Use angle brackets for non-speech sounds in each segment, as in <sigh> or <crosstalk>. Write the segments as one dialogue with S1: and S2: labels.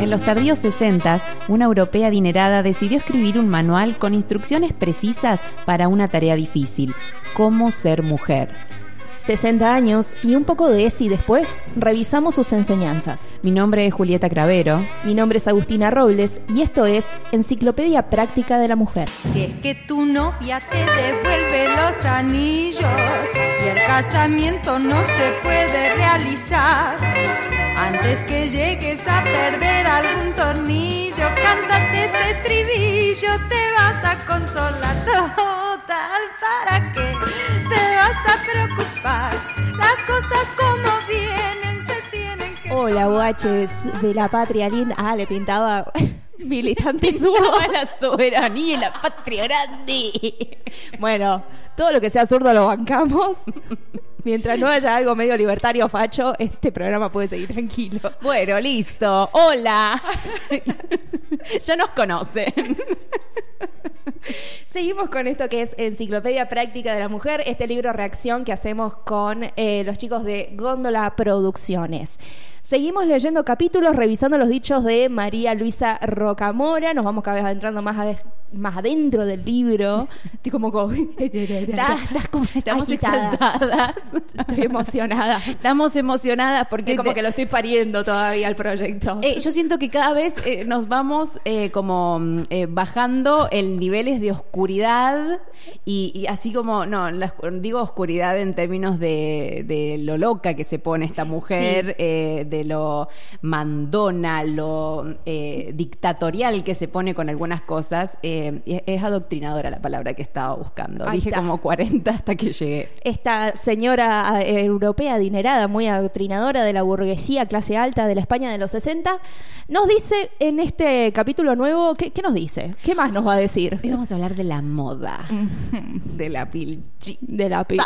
S1: En los tardíos 60, una europea adinerada decidió escribir un manual con instrucciones precisas para una tarea difícil, cómo ser mujer.
S2: 60 años y un poco de ESI después, revisamos sus enseñanzas.
S1: Mi nombre es Julieta Cravero.
S2: Mi nombre es Agustina Robles y esto es Enciclopedia Práctica de la Mujer.
S3: Si es que tu novia te devuelve los anillos y el casamiento no se puede realizar, antes que llegues a perder algún tornillo, cántate este estribillo, te vas a consolar total para que te vas a preocupar. Las cosas como vienen se tienen que
S2: Hola, guaches de la patria linda. Ah, le pintaba <laughs> militante zurdo.
S1: la soberanía y la patria grande!
S2: Bueno, todo lo que sea zurdo lo <laughs> bancamos. Mientras no haya algo medio libertario facho, este programa puede seguir tranquilo.
S1: Bueno, listo. <laughs> Hola. ya nos conocen.
S2: Seguimos con esto que es Enciclopedia Práctica de la Mujer, este libro reacción que hacemos con eh, los chicos de Góndola Producciones. Seguimos leyendo capítulos, revisando los dichos de María Luisa Rocamora, nos vamos cada vez adentrando más, ade- más adentro del libro. Estoy como... co-
S1: Estás- estás como- estamos
S2: Agitada.
S1: exaltadas.
S2: Estoy emocionada.
S1: Estamos emocionadas porque
S2: Es como
S1: te-
S2: que lo estoy pariendo todavía al proyecto.
S1: Eh, yo siento que cada vez eh, nos vamos eh, como mm, eh, bajando en niveles de oscuridad y, y así como, no, la oscu- digo oscuridad en términos de, de lo loca que se pone esta mujer, eh, de lo mandona, lo eh, dictatorial que se pone con algunas cosas. eh, y es, es adoctrinadora la palabra que estaba buscando.
S2: Ahí
S1: Dije
S2: está.
S1: como 40 hasta que llegué.
S2: esta señora eh, europea adinerada, muy adoctrinadora de la burguesía clase alta de la España de los 60, nos dice en este capítulo nuevo, ¿qué, qué nos dice? ¿Qué más nos va a
S1: <laughs>
S2: decir?
S1: Hoy vamos a hablar de la moda, de la pilchi.
S2: <laughs> De la piel.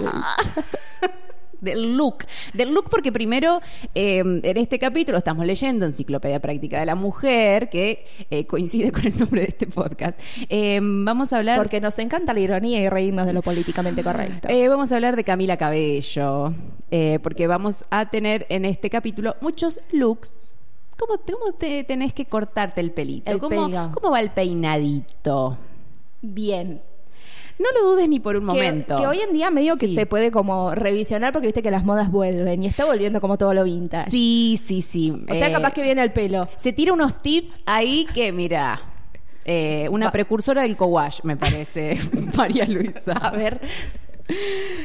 S1: del look. Del look porque primero eh, en este capítulo estamos leyendo Enciclopedia Práctica de la Mujer, que eh, coincide con el nombre de este podcast. Eh, vamos a hablar...
S2: Porque nos encanta la ironía y reírnos de lo políticamente correcto.
S1: Eh, vamos a hablar de Camila Cabello, eh, porque vamos a tener en este capítulo muchos looks. ¿Cómo, cómo te tenés que cortarte el pelito?
S2: El
S1: ¿Cómo,
S2: pelo.
S1: ¿Cómo va el peinadito?
S2: Bien.
S1: No lo dudes ni por un
S2: Que-
S1: momento.
S2: Que, hoy en día medio que
S1: Sí.
S2: se puede como revisionar porque viste que las modas vuelven y está volviendo como todo lo vintage.
S1: Sí, sí, sí.
S2: O sea,
S1: Eh,
S2: capaz que viene el
S1: <laughs>
S2: pelo.
S1: Se tira unos tips ahí que, mira, eh, una
S2: Va-
S1: precursora del co-wash, me parece, <laughs> María Luisa.
S2: A ver.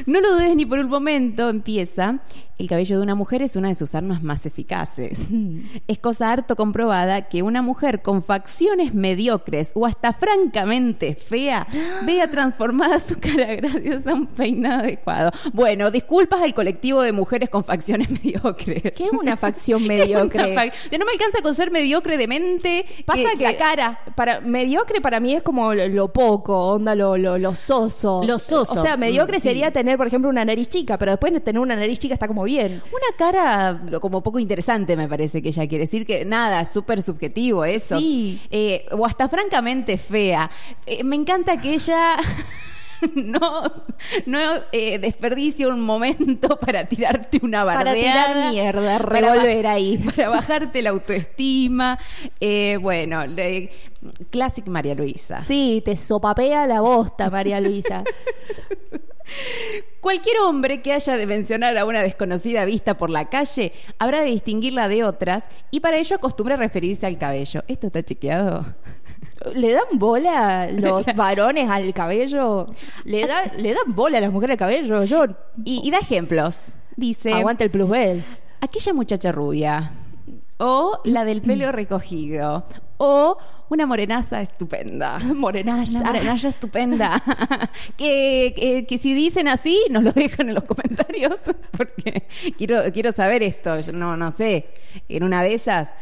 S1: No lo dudes ni por un momento, empieza. El cabello de una mujer es una de sus armas más eficaces. Es cosa harto comprobada que una mujer con facciones mediocres o hasta francamente fea vea transformada su cara gracias a un peinado adecuado. Bueno, disculpas al colectivo de mujeres con facciones <laughs> mediocres.
S2: ¿Qué es una facción
S1: <laughs> ¿Qué es una
S2: mediocre?
S1: fac- de no me alcanza con ser mediocre de mente,
S2: Pasa que,
S1: Eh, la cara.
S2: Para, mediocre para mí es como lo, lo poco, onda, lo, lo, lo soso.
S1: Lo soso.
S2: O sea, mediocre
S1: Mm, sí.
S2: sería tener, por ejemplo, una nariz chica, pero después de tener una nariz chica está como bien.
S1: Una cara como poco interesante, me parece que ella quiere decir que nada, súper subjetivo eso.
S2: Sí.
S1: Eh, o hasta francamente fea. Eh, me encanta que ella. <laughs> No, no eh, desperdicie un momento <laughs> para tirarte una
S2: Para
S1: bardeada.
S2: tirar
S1: para
S2: mierda, revolver
S1: ba- <laughs>
S2: ahí.
S1: Para bajarte la autoestima. Eh, bueno, le- classic María Luisa.
S2: Sí, te sopapea la bosta,
S1: <laughs>
S2: María Luisa.
S1: Cualquier hombre que haya de mencionar a una desconocida vista por la calle habrá de distinguirla de otras y para ello acostumbra referirse al cabello. ¿Esto está chequeado?
S2: ¿Le dan bola
S1: <laughs>
S2: los varones al cabello? ¿Le, da- le dan bola a las mujeres al cabello? Yo
S1: Y, y da ejemplos. Dice,
S2: aguanta el plus bel.
S1: aquella muchacha rubia o la del pelo recogido o una morenaza estupenda.
S2: Morenalla.
S1: Una morenalla estupenda. <laughs> que, que- que si dicen así, nos lo dejan en los comentarios. <laughs> Porque quiero, quiero saber esto. Yo no, no sé. En una de esas.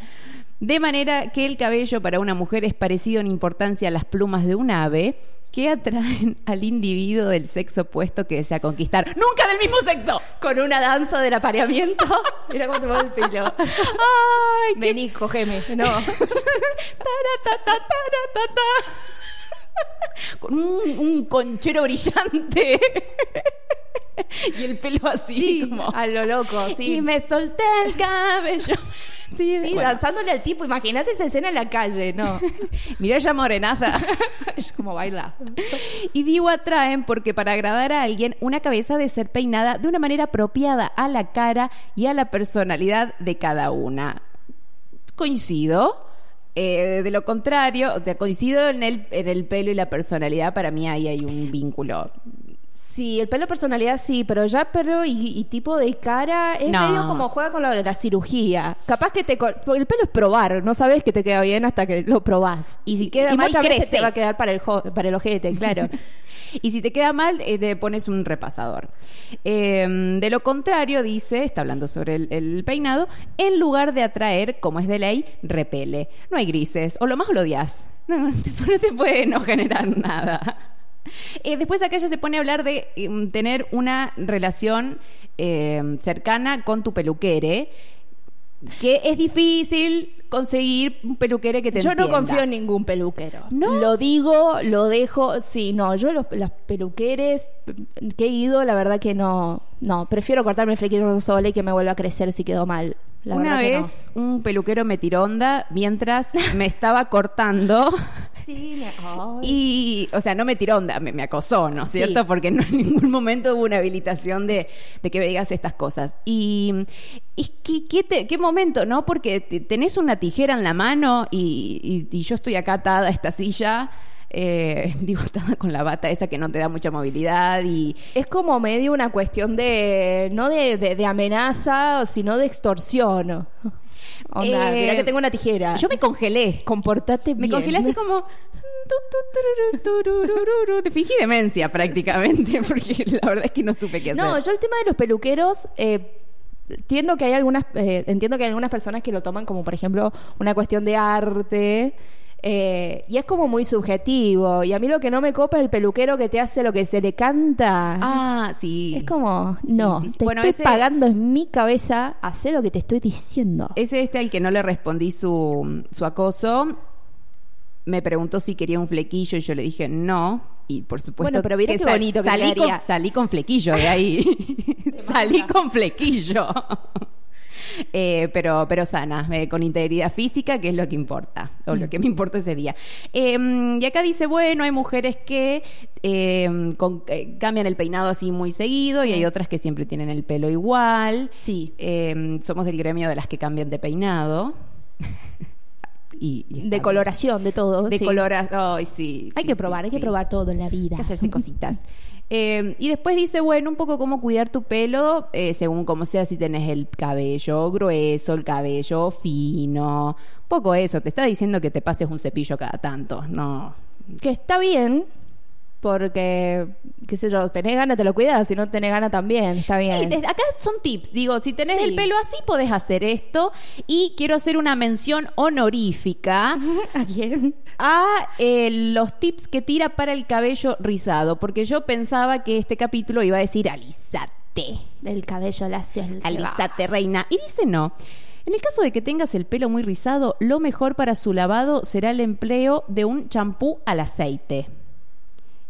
S1: De manera que el cabello para una mujer es parecido en importancia a las plumas de un ave que atraen al individuo del sexo opuesto que desea conquistar. ¡Nunca del mismo sexo!
S2: Con una danza del apareamiento. <laughs> Mira cómo te mueve
S1: <laughs>
S2: el pelo.
S1: ¡Ay! qué
S2: Vení, cogeme. <laughs> No.
S1: con un, un conchero brillante. y el pelo así, como...
S2: a lo loco, sí.
S1: Y me solté el cabello.
S2: Sí,
S1: Bueno.
S2: danzándole al tipo. Imagínate esa escena en la calle, <laughs> ¿no?
S1: Mirá ella morenaza.
S2: es como baila.
S1: Y digo atraen porque para agradar a alguien, una cabeza de ser peinada de una manera apropiada a la cara y a la personalidad de cada una. Coincido. Eh, de lo contrario, o sea, coincido en el, en el pelo y la personalidad. Para mí ahí hay un vínculo.
S2: Sí, el pelo personalidad sí, pero ya pero y, y tipo de cara es
S1: No.
S2: medio como juega con lo de la cirugía. Capaz que te co- porque el pelo es probar, no sabes que te queda bien hasta que lo probás.
S1: Y si queda mal,
S2: muchas veces
S1: crece.
S2: te va a quedar para el jo- para el ojete, <laughs> claro.
S1: Y si te queda mal, eh, te pones un repasador. Eh, de lo contrario, dice, está hablando sobre el, el peinado, en lugar de atraer, como es de ley, repele. No hay grises, o lo más lo odias. No, no, <laughs> te, no te puede no generar nada. Eh, después acá ya se pone a hablar de eh, tener una relación eh, cercana con tu peluquere, que es difícil conseguir un peluquere que te
S2: yo no
S1: entienda.
S2: confío en ningún peluquero.
S1: ¿No?
S2: Lo digo, lo dejo. Sí, no, yo los, las peluqueres que he ido, la verdad que no. No, prefiero cortarme el flequillo sola y que me vuelva a crecer si quedó mal. La
S1: Una
S2: verdad que no.
S1: vez un peluquero me tiró onda
S2: <laughs>
S1: mientras me estaba cortando
S2: Sí, me- ay.
S1: y, o sea, no me tiró onda, me, me acosó, ¿no es
S2: Sí.
S1: cierto? Porque no en ningún momento hubo una habilitación de, de que me digas estas cosas. Y, y qué, qué te- qué momento, ¿no? Porque te- tenés una tijera en la mano y, y- y yo estoy acá atada a esta silla. eh, <laughs> digo, atada con la bata esa que no te da mucha movilidad y,
S2: Es como medio una cuestión de, no de, de- de amenaza, sino de extorsión. <laughs> Onda,
S1: Eh,
S2: mirá que tengo una tijera.
S1: yo me congelé.
S2: comportate
S1: Me
S2: bien.
S1: congelé así como. tu, tu, tururú, turururú. Te fingí demencia prácticamente, <laughs> porque la verdad es que no supe qué hacer.
S2: No, yo el tema de los peluqueros, eh, entiendo que hay algunas, eh, entiendo que hay algunas personas que lo toman como, por ejemplo, una cuestión de arte. eh, y es como muy subjetivo. Y a mí lo que no me copa es el peluquero que te hace lo que se le canta.
S1: Ah, sí.
S2: es como,
S1: Sí,
S2: no,
S1: sí, sí.
S2: te
S1: Bueno,
S2: estoy
S1: ese-
S2: pagando en mi cabeza, hacer lo que te estoy diciendo.
S1: Ese este al que no le respondí su, su acoso. Me preguntó si quería un flequillo y yo le dije no. Y por supuesto.
S2: Bueno, pero mira qué bonito que
S1: salí,
S2: quedaría.
S1: con, salí con flequillo de ahí. <laughs> salí con flequillo. <laughs> Eh, pero, pero sana, eh, con integridad física, que es lo que importa, o lo que me importa ese día. Eh, y acá dice, bueno, hay mujeres que eh, con- eh, cambian el peinado así muy seguido y hay otras que siempre tienen el pelo igual.
S2: Sí.
S1: Eh, somos del gremio de las que cambian de peinado. <laughs> y, y está
S2: De
S1: bien.
S2: coloración, de todo.
S1: De
S2: sí.
S1: colora- Ay, sí.
S2: Hay
S1: sí,
S2: que
S1: sí,
S2: probar, hay que
S1: sí.
S2: probar todo en la
S1: Hay
S2: vida.
S1: que hacerse cositas. <laughs> Eh, y después dice, bueno, un poco cómo cuidar tu pelo, eh, según como sea, si tenés el cabello grueso, el cabello fino, un poco eso. Te está diciendo que te pases un cepillo cada tanto, no.
S2: Que está bien, porque, qué sé yo, tenés ganas, te lo cuidas, si no tenés ganas también, está bien.
S1: Sí, te- acá son tips. Digo, si tenés
S2: Sí.
S1: el pelo así, podés hacer esto. Y quiero hacer una mención honorífica
S2: <laughs> ¿A quién?
S1: a eh, los tips que tira para el cabello rizado, porque yo pensaba que este capítulo iba a decir alisate,
S2: Del cabello lacio. el que va.
S1: alisate reina, y dice no. En el caso de que tengas el pelo muy rizado, lo mejor para su lavado será el empleo de un champú al aceite.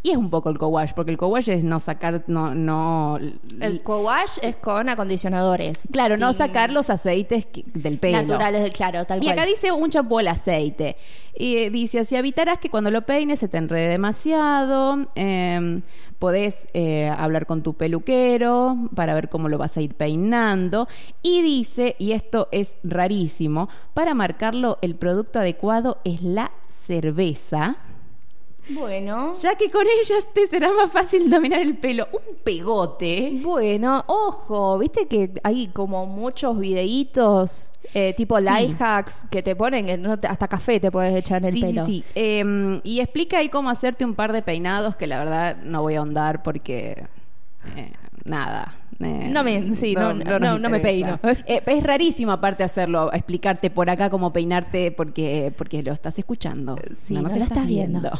S1: Y es un poco el co-wash, porque el co-wash es no sacar, no, no,
S2: El co-wash es con acondicionadores.
S1: claro, no
S2: sin-
S1: sacar los aceites que- del pelo.
S2: Naturales, claro, tal
S1: Y
S2: cual.
S1: acá dice un champú al aceite. Y eh, dice, así evitarás que cuando lo peines se te enrede demasiado. eh, podés eh, hablar con tu peluquero para ver cómo lo vas a ir peinando. Y dice, y esto es rarísimo, para marcarlo el producto adecuado es la cerveza,
S2: Bueno.
S1: ya que con ellas te será más fácil dominar el pelo. Un pegote.
S2: Bueno, ojo, viste que hay como muchos videitos eh, tipo life hacks que te ponen, que no te- hasta café te puedes echar en el
S1: sí,
S2: pelo.
S1: Sí, sí. Eh, y explica ahí cómo hacerte un par de peinados que la verdad no voy a ahondar porque eh, nada. eh,
S2: No me- sí, no- no-
S1: nos
S2: no- no me
S1: interesa.
S2: peino.
S1: Eh, es rarísimo aparte hacerlo, explicarte por acá cómo peinarte porque, porque lo estás escuchando.
S2: Eh, sí,
S1: nos
S2: no lo estás viendo.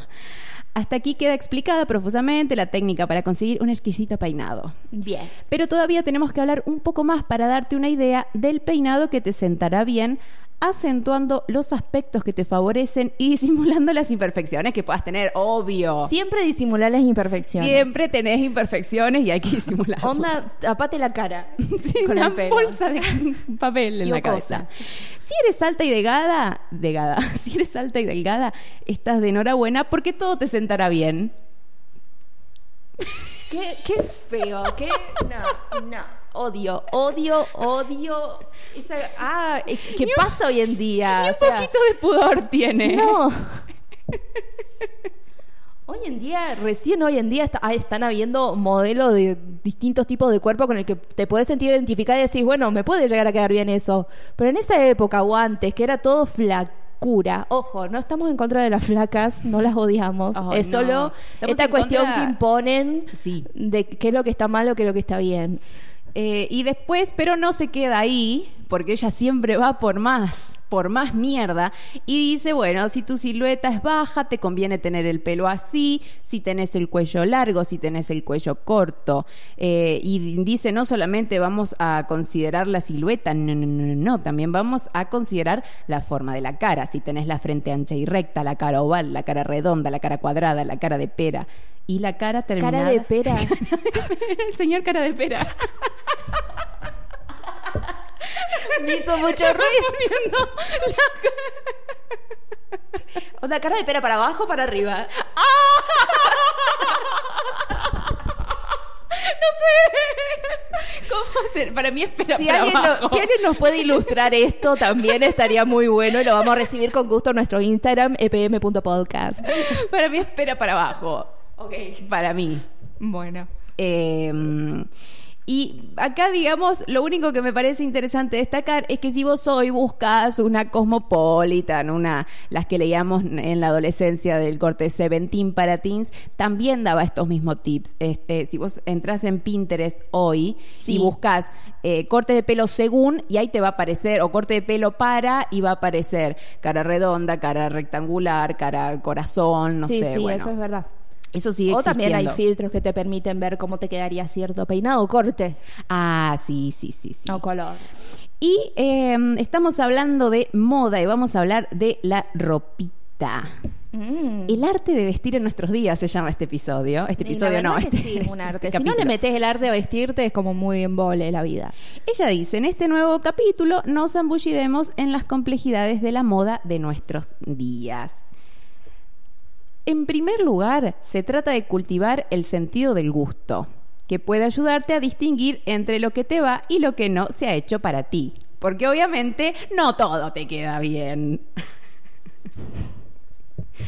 S1: Hasta aquí queda explicada profusamente la técnica para conseguir un exquisito peinado.
S2: Bien.
S1: Pero todavía tenemos que hablar un poco más para darte una idea del peinado que te sentará bien acentuando los aspectos que te favorecen y <laughs> disimulando las imperfecciones que puedas tener, obvio.
S2: Siempre disimular las imperfecciones.
S1: Siempre tenés imperfecciones y hay
S2: <laughs>
S1: que disimular.
S2: Onda, tapate la cara.
S1: <laughs> Sí,
S2: con
S1: <laughs> una
S2: el pelo.
S1: bolsa de <laughs> papel en
S2: Digo
S1: la cabeza.
S2: cosa.
S1: Si eres alta y delgada, delgada, <laughs> si eres alta y delgada, estás de enhorabuena porque todo te sentará bien.
S2: Qué, qué feo, qué. No, no. Odio, odio, odio. Esa, ah, eh, ¿qué
S1: Ni un-
S2: pasa hoy en día?
S1: Ni un
S2: O sea,
S1: poquito de pudor tiene.
S2: No. <laughs> Hoy en día, recién hoy en día está- ah, están habiendo modelos de distintos tipos de cuerpo con el que te puedes sentir identificada y decís, bueno, me puede llegar a quedar bien eso. Pero en esa época o antes, que era todo flacura, ojo, no estamos en contra de las flacas, no las odiamos,
S1: Oh,
S2: es
S1: no.
S2: solo
S1: Estamos
S2: esta
S1: en
S2: cuestión
S1: contra-
S2: que imponen
S1: Sí.
S2: de qué es lo que está malo, qué es lo que está bien.
S1: Eh, y después, pero no se queda ahí, porque ella siempre va por más, por más mierda. Y dice, bueno, si tu silueta es baja, te conviene tener el pelo así, si tenés el cuello largo, si tenés el cuello corto. Eh, y dice, no solamente vamos a considerar la silueta, no, no, no, no, no, también vamos a considerar la forma de la cara, si tenés la frente ancha y recta, la cara oval, la cara redonda, la cara cuadrada, la cara de pera. Y la cara terminada.
S2: Cara de pera.
S1: <laughs> el señor cara de pera.
S2: Me hizo mucho ruido.
S1: poniendo
S2: Onda, cara de pera para abajo, para arriba.
S1: ¿Cómo hacer? <laughs> Para mí es
S2: <laughs>
S1: pera
S2: Si
S1: para
S2: alguien, lo-
S1: abajo.
S2: si alguien nos puede ilustrar esto, también estaría muy bueno y lo vamos a recibir con gusto en nuestro Instagram, E epm.podcast.
S1: Para mí es pera para abajo.
S2: Ok.
S1: Para mí.
S2: Bueno.
S1: Eh, y acá, digamos, lo único que me parece interesante destacar es que si vos hoy buscas una cosmopolitan, una, las que leíamos en la adolescencia del corte 17 para teens, también daba estos mismos tips. Este, si vos entras en Pinterest hoy
S2: Sí.
S1: y buscas eh, corte de pelo según, y ahí te va a aparecer, o corte de pelo para, y va a aparecer cara redonda, cara rectangular, cara corazón, no
S2: sí,
S1: sé.
S2: sí,
S1: bueno,
S2: eso es verdad.
S1: eso sigue
S2: o también hay
S1: existiendo.
S2: filtros que te permiten ver cómo te quedaría cierto peinado, corte
S1: Ah, sí, sí, sí, sí.
S2: o color.
S1: Y eh, estamos hablando de moda y vamos a hablar de la ropita.
S2: Mm.
S1: El arte de vestir en nuestros días se llama este episodio. Este
S2: Y la
S1: episodio
S2: <laughs>
S1: no,
S2: verdad que
S1: este,
S2: sí, un
S1: este
S2: arte. si no le
S1: capítulo.
S2: metes el arte a vestirte, es como muy en vole la vida.
S1: Ella dice, en este nuevo capítulo nos zambulliremos en las complejidades de la moda de nuestros días. En primer lugar, se trata de cultivar el sentido del gusto, que puede ayudarte a distinguir entre lo que te va y lo que no se ha hecho para ti. Porque obviamente no todo te queda bien.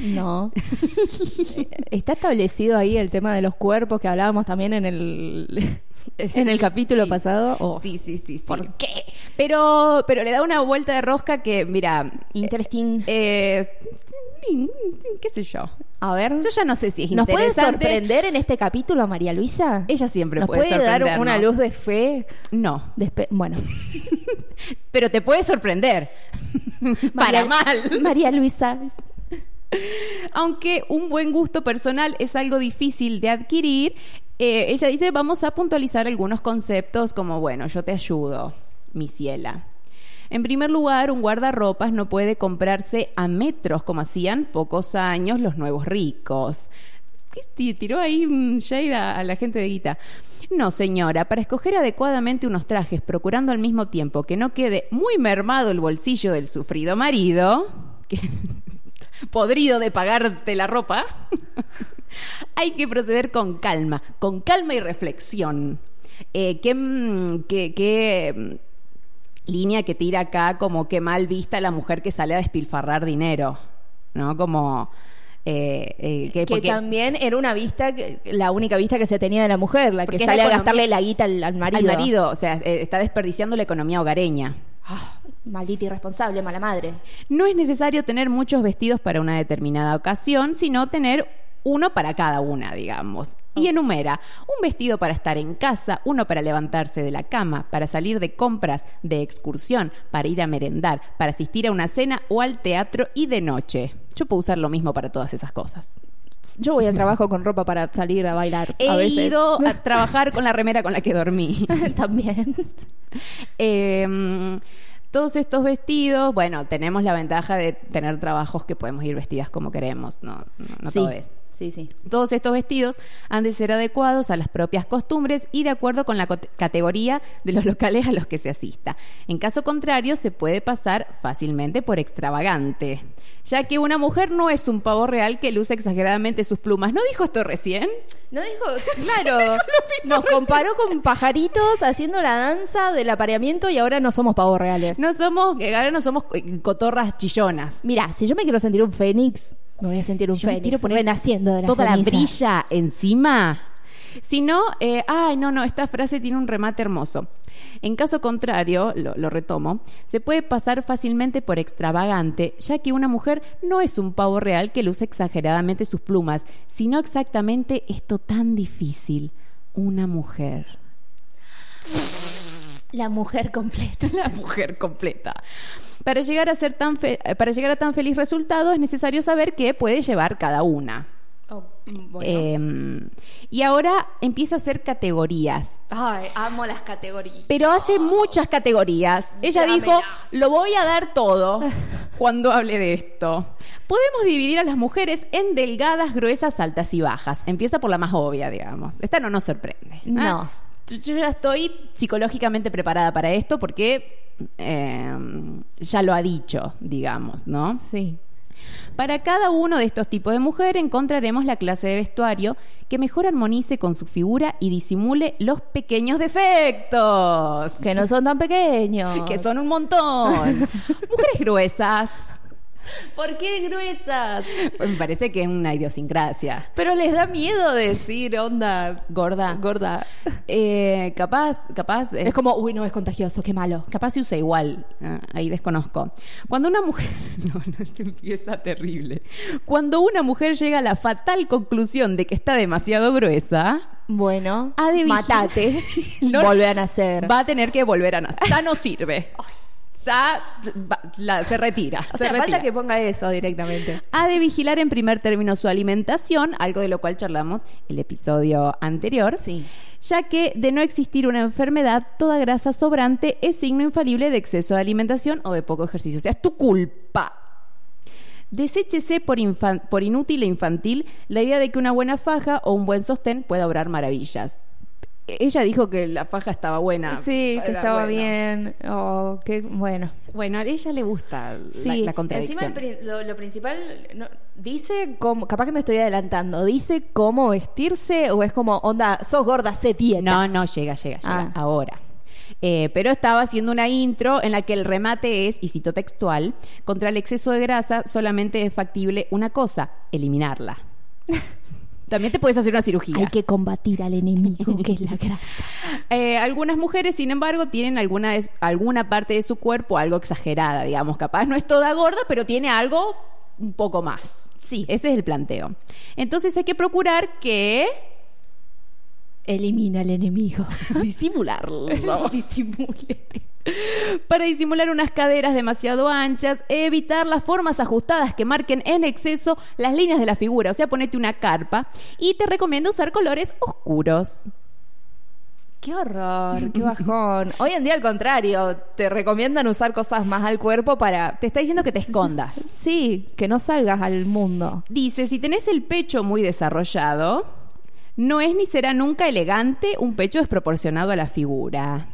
S2: No. Eh, <laughs> Está establecido ahí el tema de los cuerpos que hablábamos también en el, <laughs> <laughs> en el capítulo
S1: Sí.
S2: pasado. o
S1: Sí, sí, sí, sí.
S2: ¿Por
S1: qué? Pero, pero le da una vuelta de rosca que, mira,
S2: Interesting.
S1: eh, qué sé yo.
S2: A ver.
S1: Yo ya no sé si es
S2: ¿Nos puede
S1: interesante.
S2: sorprender en este capítulo, María Luisa?
S1: Ella siempre
S2: ¿Nos
S1: puede
S2: puede, dar
S1: sorprendernos.
S2: una luz de fe?
S1: No,
S2: De espe-
S1: <laughs>
S2: bueno,
S1: pero te puede sorprender.
S2: <laughs>
S1: Para
S2: María-
S1: mal.
S2: María Luisa.
S1: Aunque un buen gusto personal es algo difícil de adquirir, eh, ella dice, vamos a puntualizar algunos conceptos como, bueno, yo te ayudo, mi ciela. En primer lugar, un guardarropas no puede comprarse a metros como hacían pocos años los nuevos ricos. ¿Qué ti- tiró ahí mm, shade a, a la gente de Guita? No, señora, para escoger adecuadamente unos trajes, procurando al mismo tiempo que no quede muy mermado el bolsillo del sufrido marido, que- <laughs> podrido de pagarte la ropa, <laughs> hay que proceder con calma, con calma y reflexión. Eh, ¿Qué, mm, qué- qué, mm, línea que tira acá como que mal vista la mujer que sale a despilfarrar dinero? ¿No? Como... eh, eh, que,
S2: Que
S1: porque-
S2: también era una vista, que- la única vista que se tenía de la mujer, la que
S1: Porque es la
S2: sale a
S1: economía-
S2: gastarle la guita al, al marido.
S1: al marido, o sea, eh, está desperdiciando la economía hogareña.
S2: Ah, maldita irresponsable, mala madre.
S1: No es necesario tener muchos vestidos para una determinada ocasión, sino tener uno para cada una, digamos. Y enumera un vestido para estar en casa, uno para levantarse de la cama, para salir de compras, de excursión, para ir a merendar, para asistir a una cena o al teatro y de noche. Yo puedo usar lo mismo para todas esas cosas.
S2: Yo voy al trabajo con ropa para salir a bailar.
S1: He
S2: a veces.
S1: ido
S2: <laughs>
S1: a trabajar con la remera con la que dormí.
S2: también.
S1: Eh, Todos estos vestidos, bueno, tenemos la ventaja de tener trabajos que podemos ir vestidas como queremos, no, no, no
S2: sí.
S1: todo es.
S2: Sí, sí.
S1: Todos estos vestidos han de ser adecuados a las propias costumbres y de acuerdo con la cot- categoría de los <laughs> locales a los que se asista. En caso contrario, se puede pasar fácilmente por extravagante, ya que una mujer no es un pavo real que luce exageradamente sus plumas. ¿No dijo esto recién?
S2: No <laughs> dijo, claro, nos comparó con pajaritos haciendo la danza del apareamiento y ahora no somos pavos reales.
S1: No somos, ahora no somos eh, cotorras chillonas.
S2: Mira, si yo me quiero sentir un fénix, me voy a sentir un
S1: Yo me
S2: fénix.
S1: quiero poner
S2: renaciendo de la
S1: Toda la
S2: ceniza.
S1: brilla encima. Si no, eh, ay, no, no, esta frase tiene un remate hermoso. En caso contrario, lo, lo retomo, se puede pasar fácilmente por extravagante, ya que una mujer no es un pavo real que luce exageradamente sus plumas, sino exactamente esto tan difícil, una mujer.
S2: La mujer completa.
S1: <laughs> la mujer completa. Para llegar a ser tan fe- para llegar a tan feliz resultado es necesario saber qué puede llevar cada una. Eh, y ahora empieza a hacer categorías.
S2: Ay, amo las categorías.
S1: Pero hace muchas categorías. Ella
S2: Dámelas.
S1: dijo, lo voy a dar todo <laughs> cuando hable de esto. Podemos dividir a las mujeres en delgadas, gruesas, altas y bajas. Empieza por la más obvia, digamos. Esta no nos sorprende. ¿ah?
S2: No.
S1: Yo, yo ya estoy psicológicamente preparada para esto porque eh, ya lo ha dicho, digamos, ¿no?
S2: Sí.
S1: Para cada uno de estos tipos de mujer encontraremos la clase de vestuario que mejor armonice con su figura y disimule los pequeños defectos,
S2: Que no son tan <laughs> pequeños.
S1: que son un montón. Mujeres gruesas. Pues
S2: ¿Por qué gruesas?
S1: Me parece que es una idiosincrasia.
S2: Pero les da miedo decir, onda.
S1: Gorda.
S2: Gorda.
S1: Eh, capaz, capaz. eh,
S2: Es como, uy, no, es contagioso, qué malo.
S1: Capaz se usa igual, ah, ahí desconozco. Cuando una mujer. <laughs> No, no, esto empieza terrible. Cuando una mujer llega a la fatal conclusión de que está demasiado gruesa,
S2: Bueno,
S1: Ha de vigil-
S2: <laughs> matate.
S1: No-
S2: Volver a nacer.
S1: va a tener que volver a nacer. Ya no sirve. Ya va- la- se retira.
S2: <laughs> o
S1: se
S2: sea,
S1: retira.
S2: falta que ponga eso <laughs> directamente.
S1: Ha de vigilar en primer término su alimentación, algo de lo cual charlamos el episodio anterior.
S2: Sí.
S1: Ya que de no existir una enfermedad, toda grasa sobrante es signo infalible de exceso de alimentación o de poco ejercicio. O sea, es tu culpa. Deséchese por, infan- por inútil e infantil la idea de que una buena faja o un buen sostén pueda obrar maravillas. Ella dijo que la faja estaba buena.
S2: Sí, que
S1: Era
S2: estaba
S1: buena.
S2: bien. Oh, qué bueno.
S1: Bueno, a ella le gusta la-
S2: Sí,
S1: la, contradicción.
S2: Encima el pri- lo, lo principal no- dice cómo, capaz que me estoy adelantando, dice cómo vestirse o es como onda, sos gorda, sé dieta.
S1: No, no, llega, llega, llega.
S2: Ah.
S1: Ahora. Eh, pero estaba haciendo una intro en la que el remate es, y cito textual, contra el exceso de grasa solamente es factible una cosa,
S2: <laughs>
S1: eliminarla. También te puedes hacer una cirugía.
S2: Hay que combatir al enemigo que es la grasa.
S1: <laughs> Eh, algunas mujeres, sin embargo, tienen alguna, des- alguna parte de su cuerpo algo exagerada, digamos, capaz no es toda gorda, pero tiene algo un poco más.
S2: Sí.
S1: Ese es el planteo. Entonces hay que procurar que
S2: Elimina al enemigo.
S1: <laughs> disimularlo.
S2: Disimule.
S1: para disimular unas caderas demasiado anchas, evitar las formas ajustadas que marquen en exceso las líneas de la figura, o sea, ponete una carpa y te recomiendo usar colores oscuros.
S2: <laughs> Qué horror, qué bajón. Hoy en día al contrario, te recomiendan usar cosas más al cuerpo para...
S1: Te está diciendo que te escondas.
S2: Sí, que no salgas al mundo.
S1: Dice, si tenés el pecho muy desarrollado, no es ni será nunca elegante un pecho desproporcionado a la figura.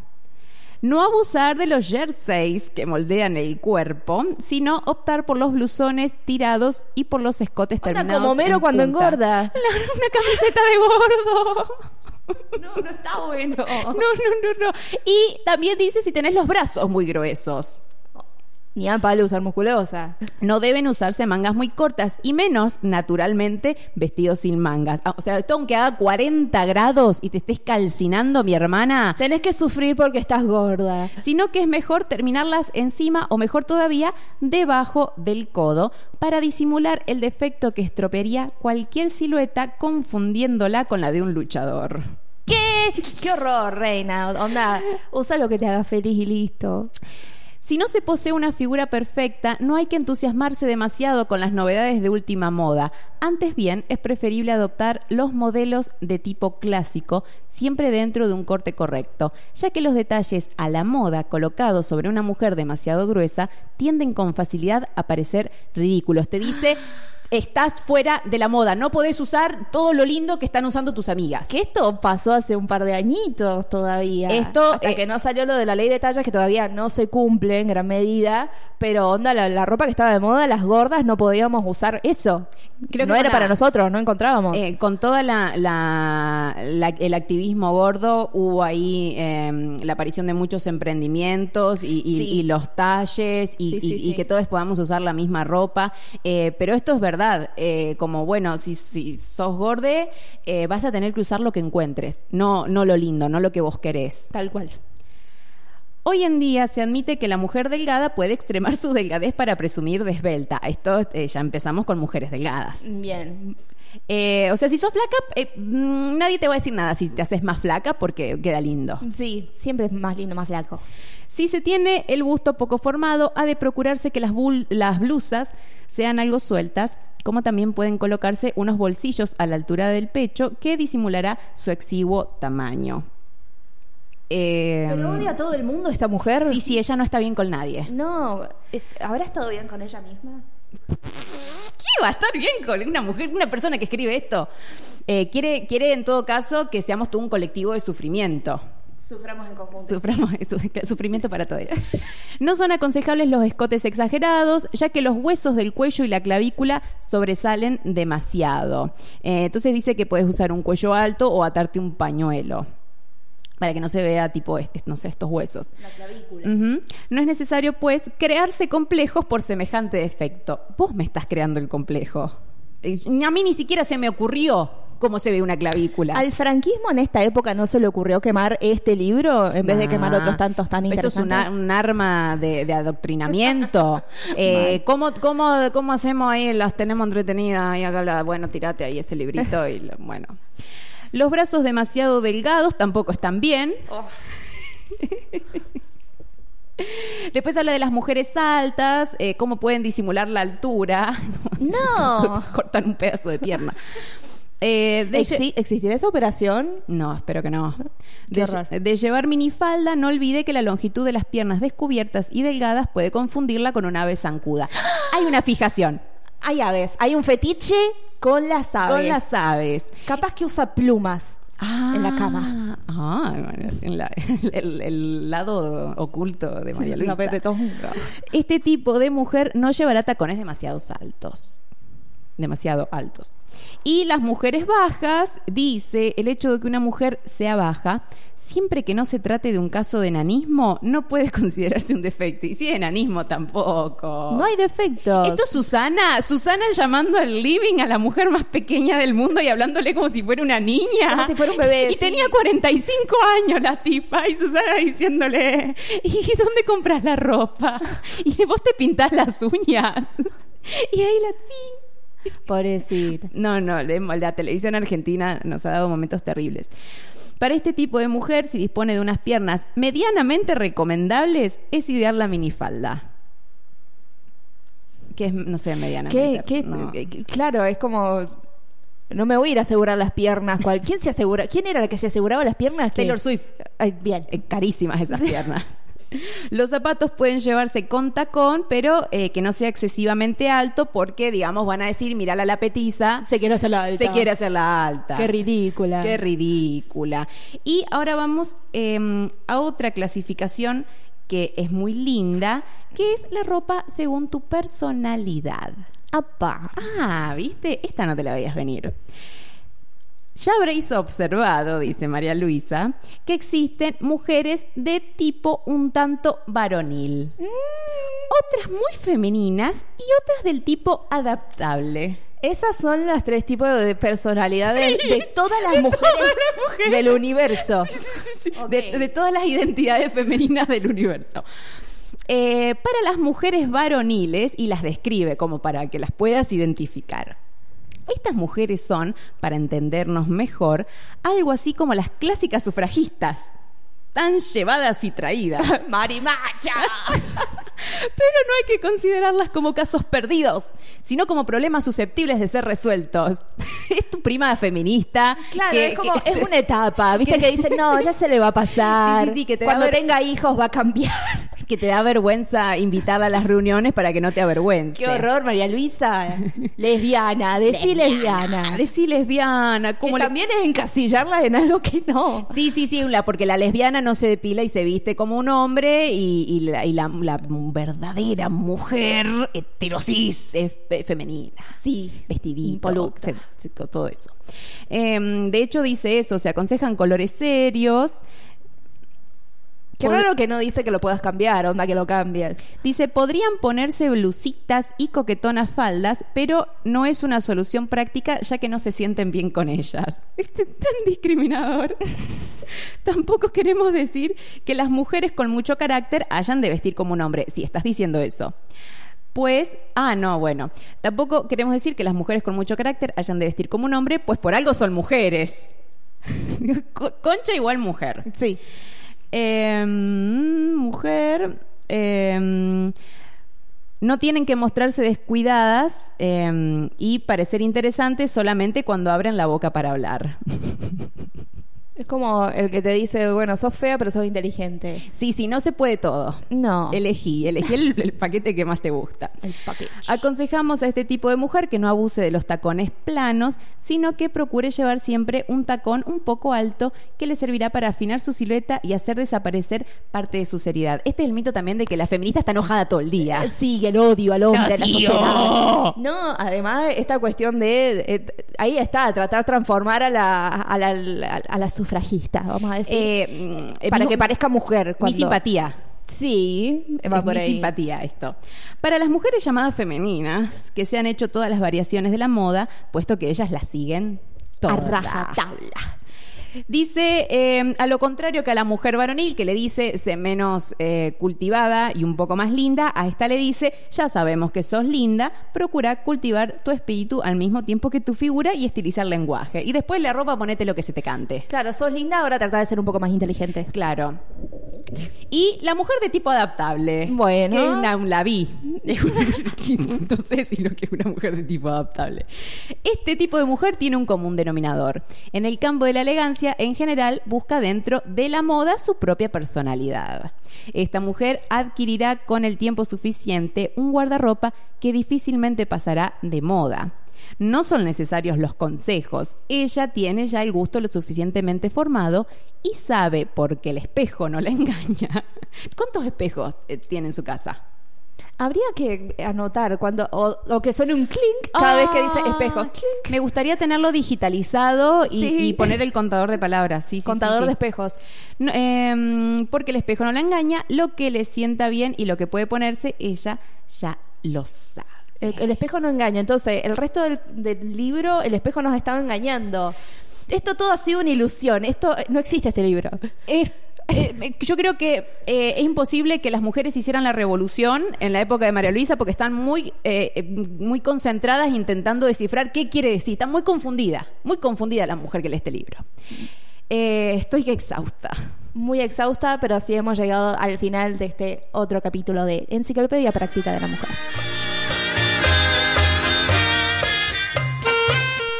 S1: No abusar de los jerseys que moldean el cuerpo, sino optar por los blusones tirados y por los escotes
S2: Onda,
S1: terminados.
S2: como Homero
S1: en
S2: cuando
S1: punta.
S2: engorda.
S1: Claro, una camiseta de gordo. <laughs>
S2: <laughs> No, no está bueno.
S1: No, no, no, no. Y también dice si tenés los brazos muy gruesos.
S2: Ni a palo usar musculosa.
S1: No deben usarse mangas muy cortas y menos, naturalmente, vestidos sin mangas. Ah, O sea, esto aunque haga 40 grados y te estés calcinando, mi hermana,
S2: Tenés que sufrir porque estás gorda.
S1: sino que es mejor terminarlas encima o mejor todavía, debajo del codo para disimular el defecto que estropearía cualquier silueta confundiéndola con la de un luchador.
S2: ¿Qué? ¡Qué horror, reina! Onda, usa lo que te haga feliz y listo.
S1: Si no se posee una figura perfecta, no hay que entusiasmarse demasiado con las novedades de última moda. Antes bien, es preferible adoptar los modelos de tipo clásico, siempre dentro de un corte correcto, ya que los detalles a la moda colocados sobre una mujer demasiado gruesa tienden con facilidad a parecer ridículos. Te dice, estás fuera de la moda, no podés usar todo lo lindo que están usando tus amigas.
S2: Que esto pasó hace un par de añitos todavía.
S1: Esto,
S2: Hasta
S1: eh,
S2: que no salió lo de la ley de tallas, que todavía no se cumple en gran medida. Pero onda, la, la ropa que estaba de moda, las gordas, no podíamos usar eso.
S1: Creo que
S2: no
S1: con
S2: era
S1: la-
S2: para nosotros, no encontrábamos.
S1: Eh, con toda la, la- la- el activismo gordo hubo ahí eh, la aparición de muchos emprendimientos y, y-
S2: Sí.
S1: y los talles y,
S2: Sí, sí,
S1: y-
S2: sí.
S1: y que todos podamos usar la misma ropa Eh, pero esto es verdad eh, como bueno si, si sos gorde eh, vas a tener que usar lo que encuentres no no lo lindo no lo que vos querés
S2: Tal cual.
S1: Hoy en día se admite que la mujer delgada puede extremar su delgadez para presumir de esbelta. Esto eh, ya empezamos con mujeres delgadas.
S2: Bien.
S1: Eh, o sea, si sos flaca, eh, mm, nadie te va a decir nada si te haces más flaca porque queda lindo.
S2: Sí, siempre es más lindo, más flaco.
S1: Si se tiene el busto poco formado, ha de procurarse que las, bul- las blusas sean algo sueltas, como también pueden colocarse unos bolsillos a la altura del pecho que disimulará su exiguo tamaño. Eh,
S2: Pero odia a todo el mundo esta mujer.
S1: sí, sí, ella no está bien con nadie.
S2: No, est- ¿habrá estado bien con ella misma?
S1: ¿Qué va a estar bien con una mujer, una persona que escribe esto? Eh, quiere, quiere en todo caso que seamos todo un colectivo de sufrimiento.
S2: Suframos en conjunto.
S1: Suframos, <laughs> su- sufrimiento para todos. No son aconsejables los escotes exagerados, ya que los huesos del cuello y la clavícula sobresalen demasiado. Eh, entonces dice que puedes usar un cuello alto o atarte un pañuelo para que no se vea tipo, este- no sé, estos huesos.
S2: La clavícula.
S1: Ujú. No es necesario, pues, crearse complejos por semejante defecto. Vos me estás creando el complejo. Eh, A mí ni siquiera se me ocurrió cómo se ve una clavícula.
S2: ¿Al franquismo en esta época no se le ocurrió quemar este libro en vez de
S1: Nah.
S2: quemar otros tantos tan
S1: Ah, Esto es un,
S2: interesantes?
S1: ar- un arma de, de
S2: <laughs>
S1: adoctrinamiento. Eh, ¿cómo, cómo, cómo hacemos ahí? Las tenemos entretenidas. Y acá la- bueno, tirate ahí ese librito.
S2: <laughs>
S1: y lo- Bueno. Los brazos demasiado delgados tampoco están bien.
S2: Oh.
S1: <laughs> Después habla de las mujeres altas, eh, cómo pueden disimular la altura. <laughs>
S2: No.
S1: Cortan un pedazo de
S2: <laughs>
S1: pierna. Eh, de-
S2: Exi- ¿Existirá esa operación?
S1: no, espero que no.
S2: Qué
S1: De,
S2: horror.
S1: de llevar minifalda, no olvide que la longitud de las piernas descubiertas y delgadas puede confundirla con una ave zancuda. ¡Ah! Hay una fijación
S2: Hay aves. Hay un fetiche con las aves.
S1: con las aves.
S2: Capaz que usa plumas en la cama.
S1: Ah, bueno, en la- <laughs> el, el lado oculto de María Luisa. Este tipo de mujer no llevará tacones demasiado altos. Demasiado altos. Y las mujeres bajas, dice, el hecho de que una mujer sea baja, siempre que no se trate de un caso de enanismo, no puede <laughs> considerarse un defecto. Y si de enanismo tampoco.
S2: No hay defectos.
S1: Esto es Susana, Susana llamando al living a la mujer más pequeña del mundo y hablándole como si fuera una niña.
S2: Como si fuera un bebé,
S1: Y
S2: sí.
S1: tenía 45 años la tipa y Susana diciéndole, ¿y dónde compras la ropa? Y vos te pintás las uñas. <laughs> Y ahí la sí.
S2: Pobrecita.
S1: No, no, le- la televisión argentina nos ha dado momentos terribles. Para este tipo de mujer, si dispone de unas piernas medianamente recomendables, es idear la minifalda. Que es, no sé, medianamente.
S2: ¿Qué, qué-
S1: no.
S2: eh, eh, claro, es como. No me voy a ir a asegurar las piernas. ¿Cuál? ¿Quién se asegura? ¿Quién era la que se aseguraba las piernas? que-
S1: Taylor Swift.
S2: Ay, bien.
S1: Eh, carísimas esas piernas. Los zapatos pueden llevarse con tacón, pero eh, que no sea excesivamente alto, porque, digamos, van a decir, mirala la petiza,
S2: Se quiere hacer la
S1: se,
S2: alta.
S1: quiere hacer la alta.
S2: Qué ridícula.
S1: Qué ridícula. Y ahora vamos eh, a otra clasificación que es muy linda, que es la ropa según tu personalidad.
S2: Apa.
S1: Ah, viste, esta no te la veías venir. Ya habréis observado, dice María Luisa, que existen mujeres de tipo un tanto varonil, otras muy femeninas y otras del tipo adaptable.
S2: Esas son las tres tipos de personalidades de todas las mujeres,
S1: las mujeres.
S2: del universo.
S1: de, de todas las identidades femeninas del universo. Eh, para las mujeres varoniles, y las describe como para que las puedas identificar. Estas mujeres son, para entendernos mejor, algo así como las <laughs> clásicas sufragistas, tan llevadas y traídas.
S2: Marimacha.
S1: Pero no hay que considerarlas como casos perdidos, sino como problemas susceptibles de ser resueltos. <laughs> es tu prima feminista.
S2: <laughs> Claro,
S1: que-
S2: es como,
S1: <laughs> que-
S2: es una etapa, ¿viste? este- Que dicen, no, ya se le va a pasar.
S1: Sí, sí, sí, que te da
S2: Cuando
S1: ver-
S2: tenga hijos va a <laughs> cambiar.
S1: que te da vergüenza invitarla a las reuniones para que no te avergüence.
S2: Qué horror, María Luisa. lesbiana, decí lesbiana.
S1: Ah, Decí lesbiana,
S2: Como
S1: como
S2: también es encasillarla en algo que no.
S1: Sí, sí, sí, la- porque la lesbiana no se depila y se viste como un hombre y, y la, y la- la verdadera mujer heterosis es fe- femenina.
S2: Sí.
S1: Vestidito,
S2: Impoluta.
S1: se- se- to- todo eso. Em, de hecho dice eso, se aconsejan colores serios.
S2: Qué
S1: Pod-
S2: raro que no dice que lo puedas cambiar, onda que lo cambies.
S1: Dice, podrían ponerse blusitas y coquetonas faldas, pero no es una solución práctica ya que no se sienten bien con ellas. <laughs> Este es tan discriminador. <laughs> Tampoco queremos decir que las mujeres con mucho carácter hayan de vestir como un hombre. Si estás diciendo eso. Pues, ah, no, bueno. Tampoco queremos decir que las mujeres con mucho carácter hayan de vestir como un hombre, pues por algo son mujeres. <laughs> Co- Concha igual mujer.
S2: Sí.
S1: Eh, mujer. eh, no tienen que mostrarse descuidadas eh, y parecer interesantes solamente cuando abren la boca para hablar.
S2: Es como el que te dice, bueno, sos fea, pero sos inteligente.
S1: <laughs> Sí, sí, no se puede todo.
S2: No.
S1: Elegí, elegí el, el paquete que más te gusta.
S2: El package.
S1: Aconsejamos a este tipo de mujer que no abuse de los tacones planos, sino que procure llevar siempre un tacón un poco alto que le servirá para afinar su silueta y hacer desaparecer parte de su seriedad. Este es el mito también de que la feminista está enojada todo el día.
S2: Sí, el odio al hombre, a la
S1: ¡Odio!
S2: sociedad. No, además, esta cuestión de. eh, ahí está, tratar de transformar a la, a la, a la sufragista, vamos a decir.
S1: Eh, mm, eh,
S2: para
S1: mi-
S2: que parezca mujer.
S1: Mi
S2: cuando-
S1: simpatía.
S2: Sí, va
S1: Es
S2: por
S1: mi
S2: ahí.
S1: simpatía esto. Para las mujeres llamadas femeninas, que se han hecho todas las variaciones de la moda, puesto que ellas las siguen
S2: A
S1: todas.
S2: rajatabla.
S1: Dice, eh, a lo contrario que a la mujer varonil, que le dice, sé menos eh, cultivada y un poco más linda, a esta le dice, ya sabemos que sos linda, procura cultivar tu espíritu al mismo tiempo que tu figura y estilizar el lenguaje. Y después la ropa ponete lo que se te cante.
S2: Claro, sos linda, ahora trata de ser un poco más inteligente.
S1: Claro. Y la mujer de tipo adaptable.
S2: Bueno.
S1: Que es la, la vi. <laughs> no sé si lo que es una mujer de tipo adaptable. Este tipo de mujer tiene un común denominador. En el campo de la elegancia, en general, busca dentro de la moda su propia personalidad. Esta mujer adquirirá con el tiempo suficiente un guardarropa que difícilmente pasará de moda. No son necesarios los consejos. Ella tiene ya el gusto lo suficientemente formado y sabe, porque el espejo no la <laughs> engaña. ¿Cuántos espejos eh, tiene en su casa?
S2: Habría que anotar cuando o, o que suene un clink cada vez que dice
S1: Ah,
S2: espejo. Clink.
S1: Me gustaría tenerlo digitalizado y,
S2: Sí.
S1: y poner el contador de palabras. Sí, sí, sí,
S2: Contador
S1: sí.
S2: de espejos.
S1: No, em, porque el espejo no la engaña, lo que le sienta bien y lo que puede ponerse, ella ya lo sabe.
S2: El, el espejo no engaña. Entonces, el resto del, del libro, el espejo nos ha estado engañando. Esto todo ha sido una ilusión. Esto no existe este libro. <laughs>
S1: Es- eh, me- yo creo que eh, es imposible que las mujeres hicieran la revolución en la época de María Luisa porque están muy, eh, eh, muy concentradas intentando descifrar qué quiere decir. Están muy confundida, muy confundida la mujer que lee este libro. Eh, estoy exhausta.
S2: Muy exhausta, pero así hemos llegado al final de este otro capítulo de Enciclopedia Práctica de la Mujer.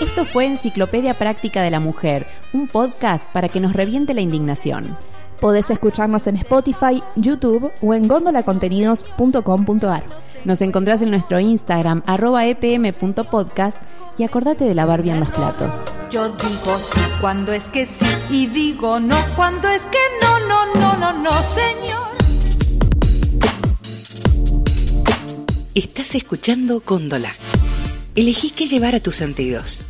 S1: Esto fue Enciclopedia Práctica de la Mujer, un podcast para que nos reviente la indignación.
S2: Podés escucharnos en Spotify, YouTube o en gondolacontenidos.com.ar.
S1: Nos encontrás en nuestro Instagram, arroba E epm.podcast y acordate de lavar bien los platos.
S3: Yo digo sí cuando es que sí y digo no cuando es que no, no, no, no, no, señor.
S4: Estás escuchando Góndola. Elegí qué llevar a tus sentidos.